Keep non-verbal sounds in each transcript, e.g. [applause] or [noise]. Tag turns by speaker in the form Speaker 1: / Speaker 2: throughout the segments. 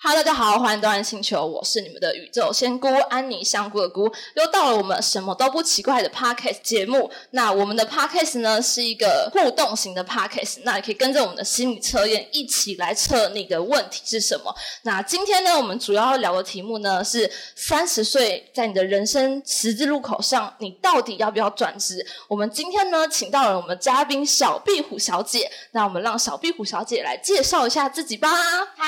Speaker 1: Hello，大家好，欢迎到安星球，我是你们的宇宙仙姑安妮香菇的菇。又到了我们什么都不奇怪的 Podcast 节目。那我们的 Podcast 呢是一个互动型的 Podcast，那也可以跟着我们的心理测验一起来测你的问题是什么。那今天呢，我们主要聊的题目呢是三十岁在你的人生十字路口上，你到底要不要转职？我们今天呢，请到了我们嘉宾小壁虎小姐，那我们让小壁虎小姐来介绍一下自己吧。
Speaker 2: 嗨，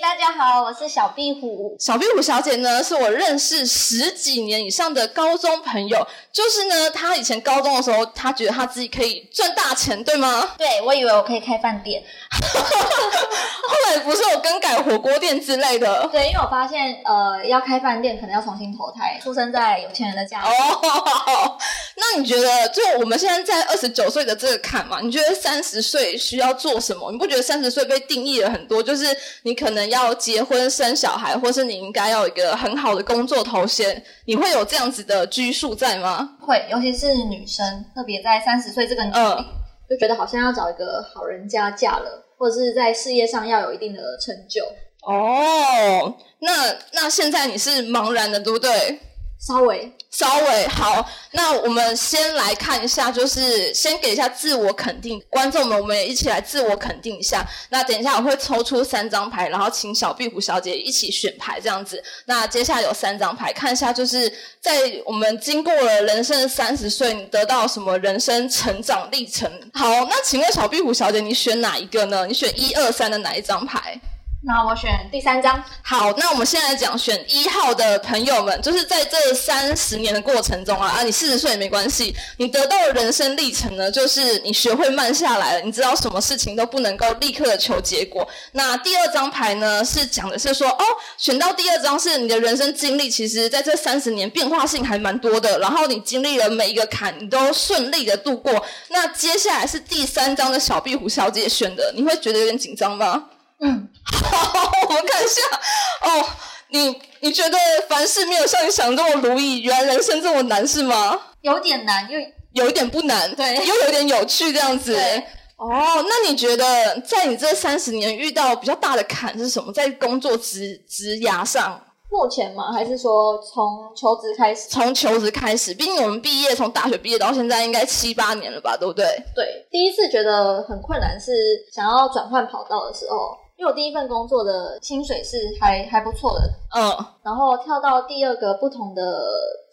Speaker 2: 大家好，我是小壁虎。
Speaker 1: 小壁虎小姐呢，是我认识十几年以上的高中朋友。就是呢，她以前高中的时候，她觉得她自己可以赚大钱，对吗？
Speaker 2: 对，我以为我可以开饭店，
Speaker 1: 后来不是有更改火锅店之类的。
Speaker 2: 对，因为我发现，呃，要开饭店可能要重新投胎，出生在有钱人的家庭。
Speaker 1: 哦， [laughs] 那你觉得，就我们现在在二十九岁的这个坎嘛，你觉得三十岁需要做什么？你不觉得三十岁被定义了很多？就是你可能要结婚生小孩，或是你应该要有一个很好的工作头衔，你会有这样子的拘束在吗？呃
Speaker 2: 会，尤其是女生，特别在三十岁这个年龄，就觉得好像要找一个好人家嫁了，或者是在事业上要有一定的成就，
Speaker 1: 哦，那那现在你是茫然的，对不对？
Speaker 2: 稍微
Speaker 1: 稍微好，那我们先来看一下，就是先给一下自我肯定，观众们，我们也一起来自我肯定一下。那等一下我会抽出三张牌，然后请小壁虎小姐一起选牌，这样子。那接下来有三张牌，看一下就是在我们经过了人生三十岁，你得到什么人生成长历程？好，那请问小壁虎小姐，你选哪一个呢？你选一二三的哪一张牌？
Speaker 2: 那我选第三张，
Speaker 1: 好，那我们现在讲选一号的朋友们，就是在这三十年的过程中啊，啊，你四十岁也没关系，你得到的人生历程呢，就是你学会慢下来了，你知道什么事情都不能够立刻的求结果。那第二张牌呢，是讲的是说，哦，选到第二张是你的人生经历，其实在这三十年变化性还蛮多的，然后你经历了每一个坎，你都顺利的度过。那接下来是第三张的小壁虎小姐选的，你会觉得有点紧张吗？
Speaker 2: 嗯，
Speaker 1: [laughs] 好，我们看一下哦。你你觉得凡事没有像你想这么如意，原来人生这么难是吗？
Speaker 2: 有点难，又
Speaker 1: 有一点不难，
Speaker 2: 对
Speaker 1: 又有点有趣这样子。
Speaker 2: 对
Speaker 1: 哦，那你觉得在你这三十年遇到比较大的坎是什么？在工作职职涯上，
Speaker 2: 目前嘛，还是说从求职开始？
Speaker 1: 从求职开始，毕竟我们毕业从大学毕业到现在应该七八年了吧，对不对？
Speaker 2: 对，第一次觉得很困难是想要转换跑道的时候，因为我第一份工作的薪水是还还不错的，
Speaker 1: 嗯，
Speaker 2: 然后跳到第二个不同的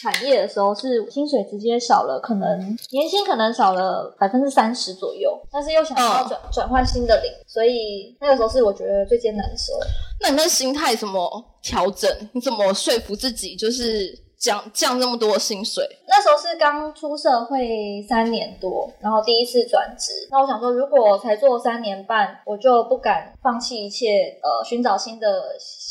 Speaker 2: 产业的时候，是薪水直接少了，可能年薪可能少了百分之三十左右，但是又想要转、转换新的领，所以那个时候是我觉得最艰难的时候。
Speaker 1: 那你那心态怎么调整？你怎么说服自己就是降降那么多薪水？
Speaker 2: 那时候是刚出社会三年多，然后第一次转职。那我想说，如果才做三年半，我就不敢放弃一切，呃，寻找新的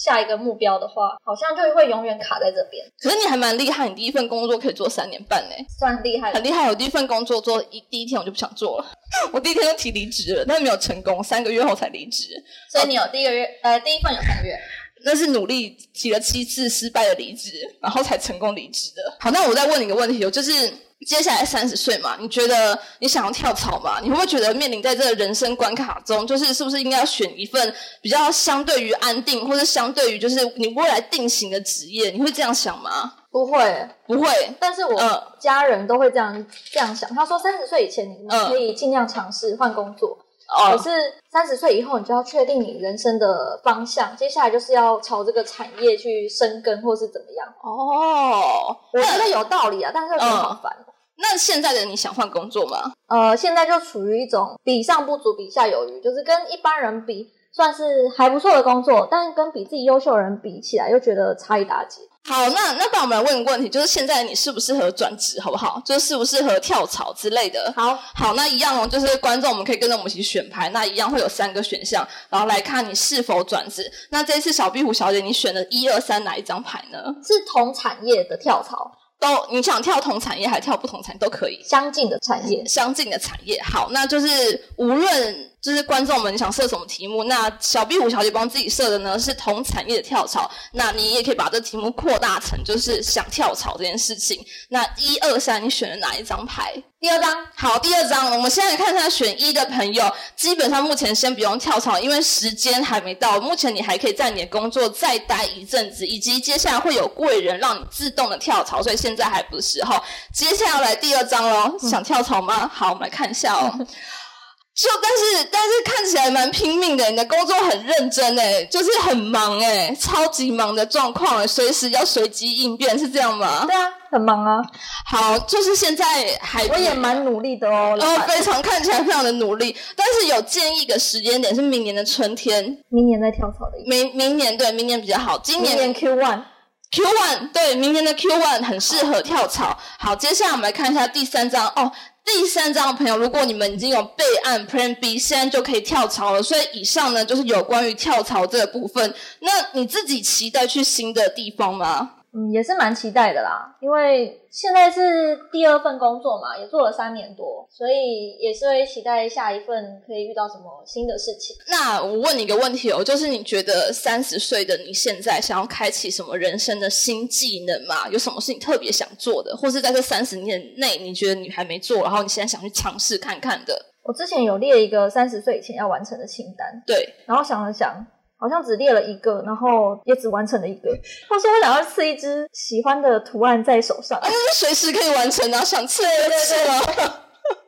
Speaker 2: 下一个目标的话，好像就会永远卡在这边，
Speaker 1: 可是你还蛮厉害，你第一份工作可以做三年半呢、
Speaker 2: 算厉害了
Speaker 1: 很。厉害。我第一份工作做一第一天我就不想做了， [laughs] 我第一天就提离职了，但是没有成功，三个月后才离职。
Speaker 2: 所以你有第一个月，呃，第一份有三个月，
Speaker 1: 那是努力提了七次失败的离职，然后才成功离职的。好，那我再问你一个问题哦，就是接下来三十岁嘛，你觉得你想要跳槽吗？你会不会觉得面临在这个人生关卡中，就是是不是应该要选一份比较相对于安定，或者相对于就是你未来定型的职业？你会这样想吗？
Speaker 2: 不会。
Speaker 1: 不会，
Speaker 2: 但是我
Speaker 1: 嗯
Speaker 2: 家人都会这样这样想，他说三十岁以前你
Speaker 1: 嗯
Speaker 2: 可以尽量尝试换工作，
Speaker 1: 哦
Speaker 2: 可，是三十岁以后你就要确定你人生的方向，接下来就是要朝这个产业去深耕或是怎么样。
Speaker 1: 哦，
Speaker 2: 我觉
Speaker 1: 那
Speaker 2: 得有道理啊，但是我觉得
Speaker 1: 嗯
Speaker 2: 好烦哦。
Speaker 1: 那现在的你想换工作吗？
Speaker 2: 呃，现在就处于一种比上不足，比下有余，就是跟一般人比算是还不错的工作，但跟比自己优秀的人比起来，又觉得差一大截。
Speaker 1: 好，那那帮我们来问个问题，就是现在你适不适合转职，好不好？就是适不适合跳槽之类的。
Speaker 2: 好，
Speaker 1: 好，那一样哦，就是观众我们可以跟着我们一起选牌，那一样会有三个选项，然后来看你是否转职。那这一次小壁虎小姐，你选了一二三哪一张牌呢？
Speaker 2: 是同产业的跳槽，
Speaker 1: 都你想跳同产业还跳不同产业都可以。
Speaker 2: 相近的产业。
Speaker 1: 相近的产业。好，那就是无论就是观众们想设什么题目，那小壁虎小姐帮自己设的呢是同产业的跳槽，那你也可以把这题目扩大成就是想跳槽这件事情。那一二三，你选了哪一张牌？第
Speaker 2: 第
Speaker 1: 二张，好，第二张，我们现在看看选一的朋友，基本上目前先不用跳槽，因为时间还没到，目前你还可以在你的工作再待一阵子，以及接下来会有贵人让你自动的跳槽，所以现在还不是时候。接下来第二张喽，想跳槽吗？好，我们来看一下哦。就但是但是看起来蛮拼命的，你的工作很认真哎，就是很忙哎，超级忙的状况哎，随时要随机应变，是这样吗？
Speaker 2: 对啊，很忙啊，
Speaker 1: 好，就是现在还
Speaker 3: 我也蛮努力的哦，老
Speaker 1: 哦，
Speaker 3: 板。
Speaker 1: 非常看起来非常的努力，但是有建议一个时间点是明年的春天，
Speaker 2: 明年再跳槽的意思。
Speaker 1: 明明年对明年比较好，今
Speaker 3: 明年
Speaker 1: 年
Speaker 3: Q one，
Speaker 1: Q one 对明年的 Q one 很适合跳槽。好，接下来我们来看一下第三章哦。第三章朋友，如果你们已经有备案 Plan B，现在就可以跳槽了。所以以上呢，就是有关于跳槽这个部分。那你自己期待去新的地方吗？
Speaker 2: 嗯，也是蛮期待的啦，因为现在是第二份工作嘛，也做了三年多，所以也是会期待下一份可以遇到什么新的事情。
Speaker 1: 那我问你一个问题哦，就是你觉得三十岁的你现在想要开启什么人生的新技能吗？有什么是你特别想做的，或是在这三十年内你觉得你还没做，然后你现在想去尝试看看的？
Speaker 2: 我之前有列一个三十岁以前要完成的清单，
Speaker 1: 对，
Speaker 2: 然后想了想，好像只列了一个，然后也只完成了一个。或是我想要刺一只喜欢的图案在手上， [laughs]
Speaker 1: 就是哎随时可以完成啊，想吃的就吃啊。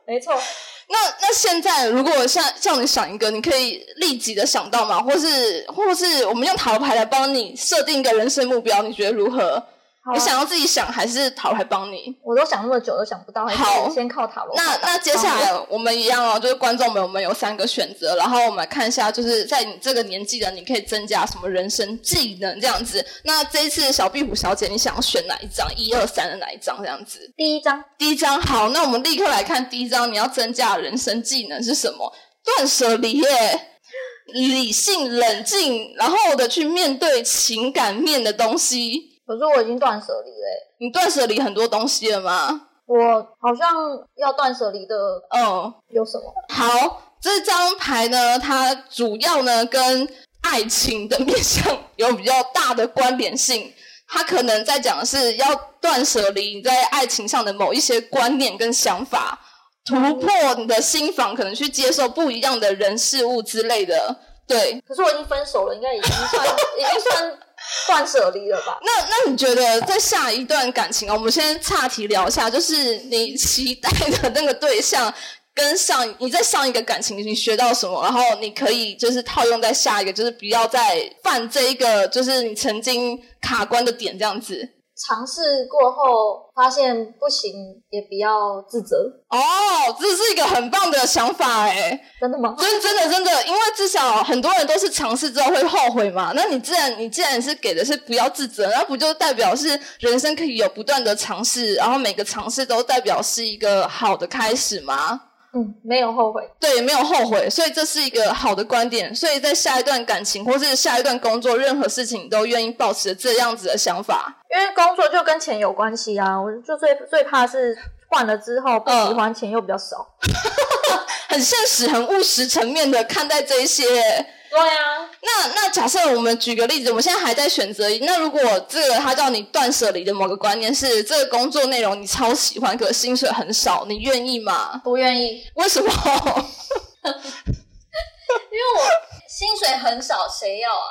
Speaker 2: 没错，
Speaker 1: 那那现在如果像叫你想一个，你可以立即的想到吗？或是或是我们用塔罗牌来帮你设定一个人生目标，你觉得如何？
Speaker 2: 好啊
Speaker 1: 你想要自己想，还是塔罗牌帮你？
Speaker 2: 我都想那么久都想不到，还
Speaker 1: 好
Speaker 2: 是先靠塔罗牌
Speaker 1: 那
Speaker 2: 吧。
Speaker 1: 那接下来我们一样哦，就是观众们，我们有三个选择，然后我们看一下，就是在你这个年纪的，你可以增加什么人生技能这样子。那这一次小壁虎小姐，你想要选哪一张？一二三的哪一张这样子？
Speaker 2: 第一张
Speaker 1: 第一张好，那我们立刻来看第一张，你要增加的人生技能是什么？断舍离耶，理性冷静，然后的去面对情感面的东西。
Speaker 2: 可是我已经断舍离了欸、
Speaker 1: 你断舍离很多东西了吗？
Speaker 2: 我好像要断舍离的
Speaker 1: 嗯。
Speaker 2: 有什么？
Speaker 1: 好，这张牌呢，它主要呢跟爱情的面向有比较大的关联性。它可能在讲的是要断舍离你在爱情上的某一些观念跟想法，突破你的心房，可能去接受不一样的人事物之类的。对，
Speaker 2: 可是我已经分手了，应该已经算已经算断舍离了吧？
Speaker 1: 那那你觉得在下一段感情啊，我们先岔题聊一下，就是你期待的那个对象跟上你在上一个感情你学到什么，然后你可以就是套用在下一个，就是不要再犯这一个就是你曾经卡关的点这样子。
Speaker 2: 尝试过后发现不行，也不要自责，
Speaker 1: 哦，这是一个很棒的想法哎，
Speaker 2: 真的吗？ [laughs]
Speaker 1: 真真的真的，因为至少很多人都是尝试之后会后悔嘛。那你既然你既然是给的是不要自责，那不就代表是人生可以有不断的尝试，然后每个尝试都代表是一个好的开始吗？
Speaker 2: 嗯，没有后悔。
Speaker 1: 对，没有后悔，所以这是一个好的观点。所以在下一段感情或是下一段工作，任何事情都愿意保持这样子的想法。
Speaker 2: 因为工作就跟钱有关系啊，我就最最怕是换了之后不喜欢，钱又比较少。
Speaker 1: 很现实、很务实层面的看待这一些。
Speaker 2: 对啊，
Speaker 1: 那那假设我们举个例子，我们现在还在选择。那如果这个他叫你断舍离的某个观念是这个工作内容你超喜欢，可是薪水很少，你愿意吗？
Speaker 2: 不愿意，
Speaker 1: 为什么？ [laughs]
Speaker 2: 因为我薪水很少，谁要啊？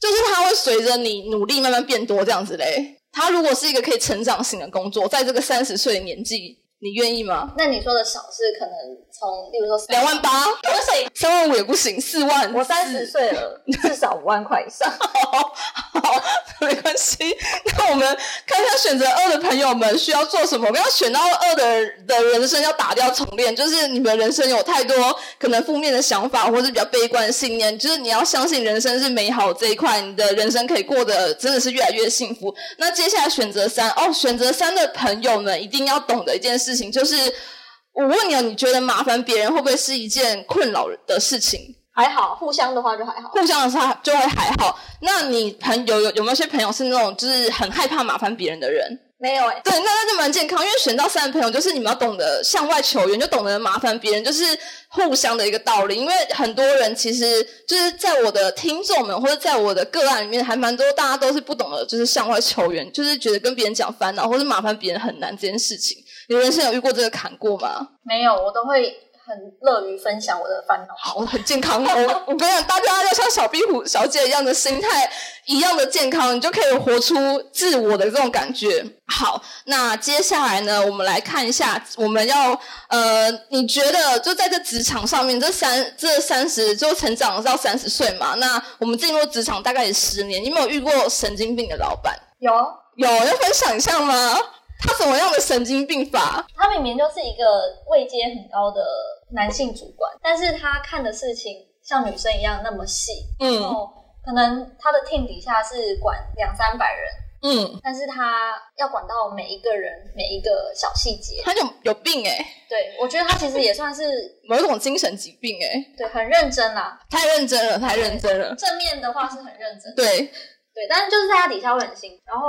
Speaker 1: 就是它会随着你努力慢慢变多这样子嘞。它如果是一个可以成长型的工作，在这个三十岁的年纪，你愿意吗？
Speaker 2: 那你说的少是可能从，例如说
Speaker 1: 两万，八，
Speaker 2: 我谁？
Speaker 1: 三万五也不行，四万，
Speaker 2: 我三十岁 [laughs] 了，至少五万块以上。 [laughs]
Speaker 1: 好，没关系。那我们看一下选择二的朋友们需要做什么。我们要选到二的的人生要打掉重练，就是你们人生有太多可能负面的想法，或是比较悲观的信念。就是你要相信人生是美好这一块，你的人生可以过得真的是越来越幸福。那接下来选择三哦，选择三的朋友们一定要懂得一件事情，就是我问你哦，你觉得麻烦别人会不会是一件困扰的事情？
Speaker 2: 还好，互相的话就还好。
Speaker 1: 互相的话就会还好。那你朋友有有没有些朋友是那种就是很害怕麻烦别人的人？
Speaker 2: 没有哎、
Speaker 1: 对，那那就蛮健康，因为选到三的朋友就是你们要懂得向外求援，就懂得麻烦别人，就是互相的一个道理。因为很多人其实就是在我的听众们或者在我的个案里面，还蛮多大家都是不懂得就是向外求援，就是觉得跟别人讲烦恼或者麻烦别人很难这件事情。你人生有遇过这个坎过吗？
Speaker 2: 没有，我都会很乐于分享我的烦恼。
Speaker 1: 好，很健康哦。我我跟你讲，大家要像小壁虎小姐一样的心态，一样的健康，你就可以活出自我的这种感觉。好，那接下来呢，我们来看一下，我们要呃，你觉得就在这职场上面，这三这三十就成长到三十岁嘛？那我们进入职场大概也十年，你有没有遇过神经病的老板？
Speaker 2: 有，啊
Speaker 1: 有要分享一下吗？他怎么样的神经病法？
Speaker 2: 他明明就是一个位阶很高的男性主管，但是他看的事情像女生一样那么细，然
Speaker 1: 嗯
Speaker 2: 后可能他的 team 底下是管两三百人，
Speaker 1: 嗯，
Speaker 2: 但是他要管到每一个人每一个小细节。
Speaker 1: 他有有病哎、
Speaker 2: 对，我觉得他其实也算是
Speaker 1: 某一种精神疾病哎、
Speaker 2: 对很认真啦，
Speaker 1: 太认真了，太认真了。
Speaker 2: 正面的话是很认真，
Speaker 1: 对，
Speaker 2: 对，但是就是在他底下会很辛苦，然后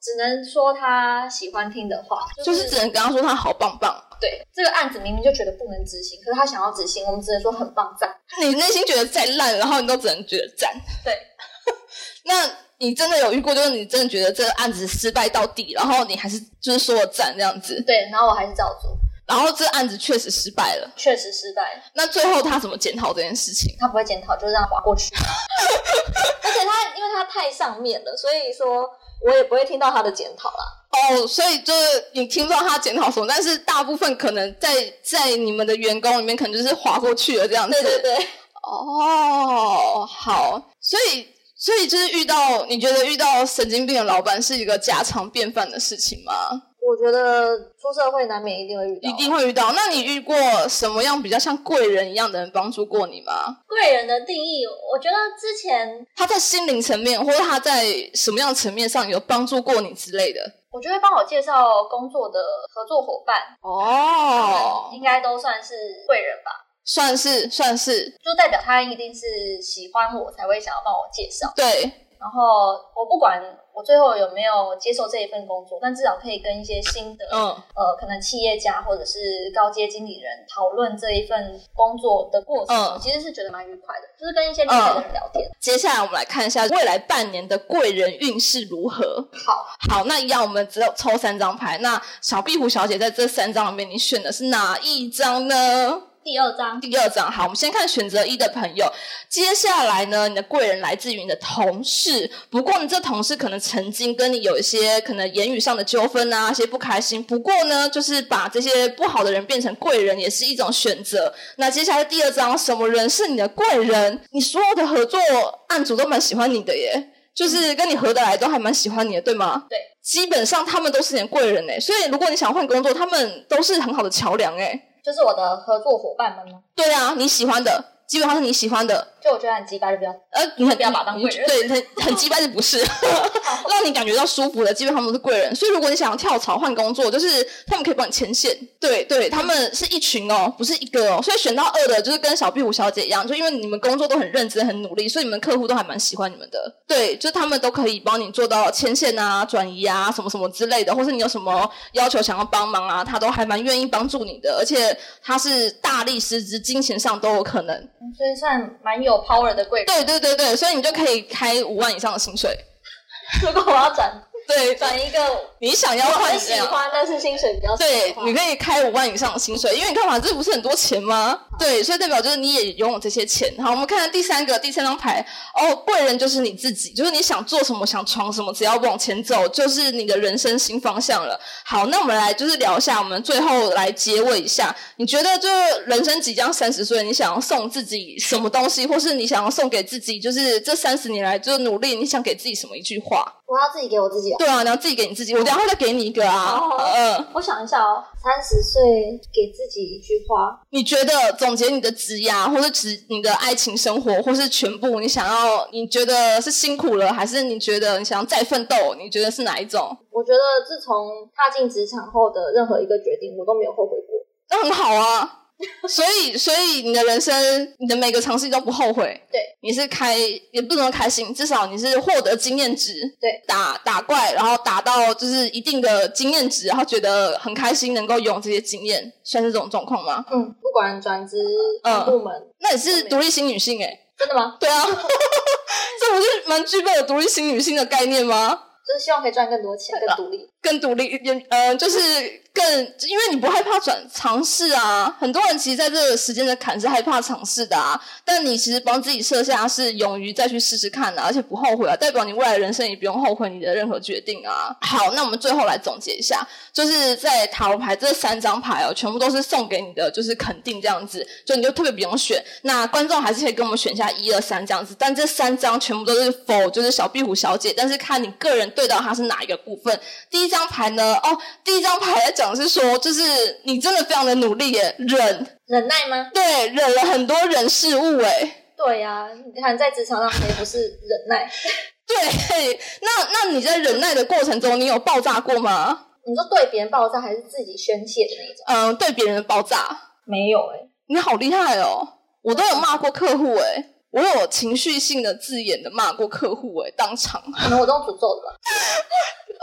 Speaker 2: 只能说他喜欢听的话，
Speaker 1: 就是只能跟他说他好棒棒。
Speaker 2: 对这个案子明明就觉得不能执行，可是他想要执行，我们只能说很棒赞。
Speaker 1: 你内心觉得再烂，然后你都只能觉得赞。
Speaker 2: 对，
Speaker 1: 那你真的有遇过，就是你真的觉得这个案子失败到底，然后你还是就是说我赞这样子，
Speaker 2: 对，然后我还是照做，
Speaker 1: 然后这案子确实失败了。
Speaker 2: 确实失败了。
Speaker 1: 那最后他怎么检讨这件事情？
Speaker 2: 他不会检讨，就这样划
Speaker 1: [laughs]
Speaker 2: 过去。而且他因为他太上面了，所以说我也不会听到他的检讨啦。
Speaker 1: 哦，所以就是你听不到他检讨什么，但是大部分可能在在你们的员工里面，可能就是划过去了这样子。
Speaker 2: 对对对，
Speaker 1: [laughs] 哦，好，所以所以就是遇到你觉得遇到神经病的老板是一个家常便饭的事情吗？
Speaker 2: 我觉得出社会难免一定会遇到，啊
Speaker 1: 一定会遇到。那你遇过什么样比较像贵人一样的人帮助过你吗？
Speaker 2: 贵人的定义，我觉得之前
Speaker 1: 他在心灵层面，或者他在什么样的层面上有帮助过你之类的？
Speaker 2: 我就会帮我介绍工作的合作伙伴，
Speaker 1: 哦，
Speaker 2: 应该都算是贵人吧。
Speaker 1: 算是算是，
Speaker 2: 就代表他一定是喜欢我才会想要帮我介绍，
Speaker 1: 对，
Speaker 2: 然后我不管我最后有没有接受这一份工作，但至少可以跟一些新的
Speaker 1: 嗯，
Speaker 2: 呃，可能企业家或者是高阶经理人讨论这一份工作的过程，
Speaker 1: 嗯
Speaker 2: 我其实是觉得蛮愉快的，就是跟一些厉害的人聊天。
Speaker 1: 接下来我们来看一下未来半年的贵人运势如何。
Speaker 2: 好，
Speaker 1: 好，那一样，我们只有抽三张牌。那小壁虎小姐在这三张里面，你选的是哪一张呢？
Speaker 2: 第二章
Speaker 1: 第二张，好，我们先看选择一的朋友。接下来呢，你的贵人来自于你的同事，不过你这同事可能曾经跟你有一些可能言语上的纠纷啊，一些不开心。不过呢，就是把这些不好的人变成贵人，也是一种选择。那接下来第二张，什么人是你的贵人？你所有的合作案组都蛮喜欢你的耶。就是跟你合得来，都还蛮喜欢你的，对吗？
Speaker 2: 对，
Speaker 1: 基本上他们都是你的贵人哎，所以如果你想换工作，他们都是很好的桥梁哎。
Speaker 2: 就是我的合作伙伴们嘛，
Speaker 1: 对啊，你喜欢的，基本上是你喜欢的。
Speaker 2: 就我觉得很鸡巴，就嗯不要。
Speaker 1: 呃，你很
Speaker 2: 不要把他当贵人 [laughs]
Speaker 1: 对，很很鸡掰的不是，让你感觉到舒服的，基本上都是贵人。所以如果你想要跳槽换工作，就是他们可以帮你牵线。对对，他
Speaker 2: 嗯
Speaker 1: 们是一群哦，不是一个哦。所以选到二的，就是跟小壁虎小姐一样，就因为你们工作都很认真、很努力，所以你们客户都还蛮喜欢你们的。对，就是他们都可以帮你做到牵线啊、转移啊、什么什么之类的，或是你有什么要求想要帮忙啊，他都还蛮愿意帮助你的，而且他是大力师资，金钱上都有可能。
Speaker 2: 所以算蛮有 power 的贵人。 [laughs]
Speaker 1: 对对对对，所以你就可以开五万以上的薪水。
Speaker 2: 如果我要转
Speaker 1: 对，
Speaker 2: 转一个
Speaker 1: 你想要
Speaker 2: 我
Speaker 1: 换
Speaker 2: 很
Speaker 1: 这
Speaker 2: 喜
Speaker 1: 样。
Speaker 2: 欢，但是薪水比较少
Speaker 1: 对
Speaker 2: 的，话
Speaker 1: 你可以开五万以上的薪水，因为你看嘛，这不是很多钱吗？对，所以代表就是你也拥有这些钱。好，我们看看第三个，第三张牌，哦，贵人就是你自己，就是你想做什么，想闯什么，只要往前走，就是你的人生新方向了。好，那我们来就是聊一下，我们最后来结尾一下，你觉得就是人生即将三十岁，你想要送自己什么东西，或是你想要送给自己，就是这三十年来就是努力，你想给自己什么一句话？
Speaker 2: 我要自己给我自己哦。
Speaker 1: 对啊，你要自己给你自己，我等一下会再给你一个啊，
Speaker 2: 好好好
Speaker 1: 嗯、
Speaker 2: 我想一下哦，三十岁给自己一句话，
Speaker 1: 你觉得总结你的职涯，或者职你的爱情生活，或是全部，你想要你觉得是辛苦了，还是你觉得你想要再奋斗？你觉得是哪一种？
Speaker 2: 我觉得自从踏进职场后的任何一个决定，我都没有后悔过。
Speaker 1: 那很好啊。所以，所以你的人生，你的每个尝试都不后悔。
Speaker 2: 对，
Speaker 1: 你是开也不能说开心，至少你是获得经验值。
Speaker 2: 对，
Speaker 1: 打打怪，然后打到就是一定的经验值，然后觉得很开心，能够拥有这些经验，算是这种状况吗？
Speaker 2: 嗯，不管转职
Speaker 1: 嗯
Speaker 2: 部门，
Speaker 1: 那你是独立型女性诶、
Speaker 2: 真的吗？
Speaker 1: 对啊， [laughs] 这不是蛮具备有独立型女性的概念吗？
Speaker 2: 就是希望可以赚更多钱，更独立。
Speaker 1: 更独立一点，呃，就是更，因为你不害怕转尝试啊。很多人其实在这个时间的坎是害怕尝试的啊，但你其实帮自己设下是勇于再去试试看啊，而且不后悔啊，代表你未来人生也不用后悔你的任何决定啊。好，那我们最后来总结一下，就是在塔罗牌这三张牌哦，全部都是送给你的，就是肯定这样子，就你就特别不用选。那观众还是可以跟我们选下一二三这样子，但这三张全部都是否就是小壁虎小姐，但是看你个人对到它是哪一个部分。第一张牌呢，哦，第一张牌来讲是说，就是你真的非常的努力耶，忍，
Speaker 2: 忍耐吗？
Speaker 1: 对，忍了很多人事物哎。
Speaker 2: 对呀、你看在职场上谁不是忍耐？
Speaker 1: 对，那那你在忍耐的过程中，你有爆炸过吗？
Speaker 2: 你说对别人爆炸还是自己宣泄的那种？
Speaker 1: 嗯，对别人的爆炸，
Speaker 2: 没有哎、
Speaker 1: 你好厉害哦！我都有骂过客户哎、我有情绪性的字眼的骂过客户哎、当场
Speaker 2: 可能我都诅咒的吧。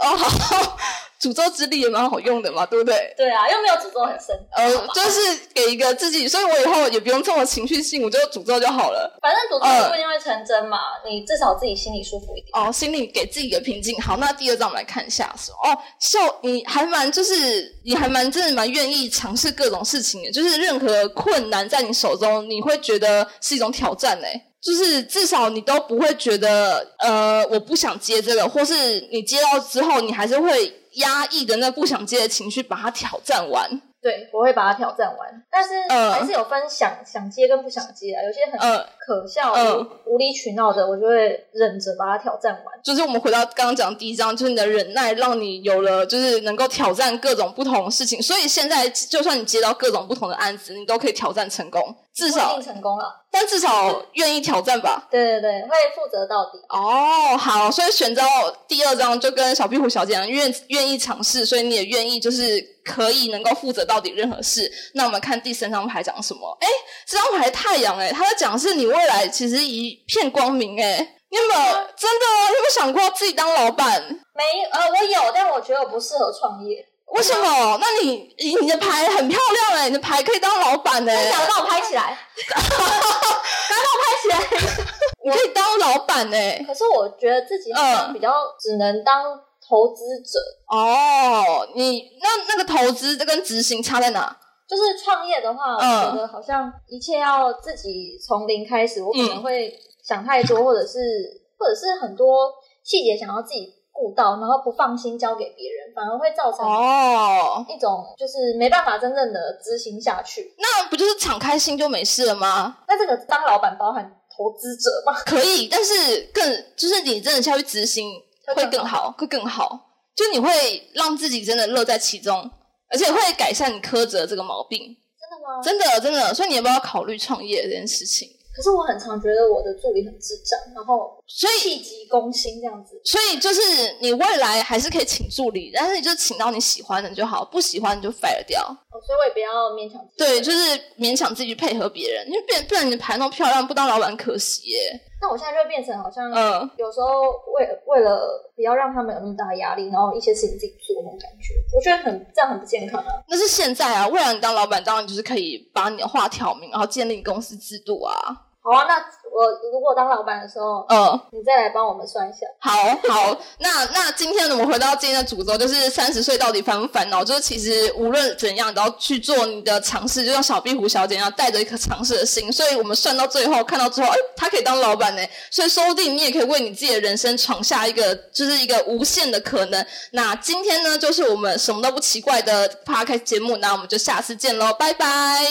Speaker 1: 哦， [laughs] 好，诅咒之力也蛮好用的嘛，对不对？
Speaker 2: 对啊，又没有诅咒很深。
Speaker 1: 呃
Speaker 2: 好吧，
Speaker 1: 就是给一个自己，所以我以后也不用这么情绪性，我就诅咒就好了。
Speaker 2: 反正诅咒也不一定会成真嘛，你至少自己心里舒服一点。
Speaker 1: 哦，心里给自己一个平静。好，那第二张我们来看一下是哦，秀，你还蛮就是你还蛮真的蛮愿意尝试各种事情的，就是任何困难在你手中，你会觉得是一种挑战诶、就是至少你都不会觉得呃我不想接这个，或是你接到之后你还是会压抑的那不想接的情绪把它挑战完。
Speaker 2: 对，我会把它挑战完，但是
Speaker 1: 嗯
Speaker 2: 还是有分想想接跟不想接啊。有些很
Speaker 1: 呃，
Speaker 2: 可笑、
Speaker 1: 嗯
Speaker 2: 无无理取闹的，我就会忍着把它挑战完。
Speaker 1: 就是我们回到刚刚讲的第一章，就是你的忍耐让你有了，就是能够挑战各种不同的事情。所以现在就算你接到各种不同的案子，你都可以挑战成功，至
Speaker 2: 不一
Speaker 1: 少
Speaker 2: 定成功了。
Speaker 1: 但至少愿意挑战吧。
Speaker 2: 对对对，会负责到底。
Speaker 1: 哦，好，所以选择第二章就跟小壁虎小姐一样，愿愿意尝试，所以你也愿意就是可以能够负责到底任何事。那我们看第三张牌讲什么？哎，这张牌太阳，哎，它在讲的是你未来其实一片光明，哎，你有没有真的哦？你有没有想过自己当老板？
Speaker 2: 没呃，我有，但我觉得我不适合创业。
Speaker 1: 为什么？那你你你的牌很漂亮哎、你的牌可以当老板哎、
Speaker 2: 想帮我拍起来，想帮我拍起来。
Speaker 1: 你可以当老板哎、
Speaker 2: 可是我觉得自己好像
Speaker 1: 嗯
Speaker 2: 比较只能当投资者，
Speaker 1: 哦，你那那个投资跟执行差在哪？
Speaker 2: 就是创业的话，我
Speaker 1: 嗯
Speaker 2: 觉得好像一切要自己从零开始，我可
Speaker 1: 嗯
Speaker 2: 能会想太多，或者是或者是很多细节想要自己顾到，然后不放心交给别人，反而会造成
Speaker 1: 哦，
Speaker 2: 一种就是没办法真正的执行下去。
Speaker 1: 那不就是敞开心就没事了吗？
Speaker 2: 那这个当老板包含投资者吗？
Speaker 1: 可以，但是更就是你真的下去执行会
Speaker 2: 会
Speaker 1: 更
Speaker 2: 更
Speaker 1: 好，会更好，就你会让自己真的乐在其中，而且会改善你苛责这个毛病，
Speaker 2: 真的吗？
Speaker 1: 真的真的。所以你要不要考虑创业这件事情？
Speaker 2: 可是我很常觉得我的助理很智障，然后
Speaker 1: 所以
Speaker 2: 气急攻心这样子。
Speaker 1: 所以就是你未来还是可以请助理，但是你就请到你喜欢的就好，不喜欢你就 fire 掉。
Speaker 2: 哦，所以我也不要勉强自己。
Speaker 1: 对，就是勉强自己配合别人，因为不然不然你牌弄漂亮，不当老板可惜耶。
Speaker 2: 那我现在就变成好像，
Speaker 1: 嗯
Speaker 2: 有时候为为了不要让他们有那么大的压力，然后一些事情自己做那种感觉，我觉得很这样很不健康啊。
Speaker 1: 那是现在啊，未来你当老板当然就是可以把你的话挑明，然后建立公司制度啊。
Speaker 2: 好啊，那我如果当老板的时候，
Speaker 1: 嗯，
Speaker 2: 你再来帮我们算一下。
Speaker 1: 好好，那那今天我们回到今天的主轴，就是三十岁到底烦不烦恼？就是其实无论怎样，你都要去做你的尝试，就像小壁虎小姐一样，带着一颗尝试的心。所以我们算到最后，看到最后，哎，她可以当老板呢，所以说不定你也可以为你自己的人生闯下一个，就是一个无限的可能。那今天呢，就是我们什么都不奇怪的 p o d c a s 节目，那我们就下次见喽，拜拜。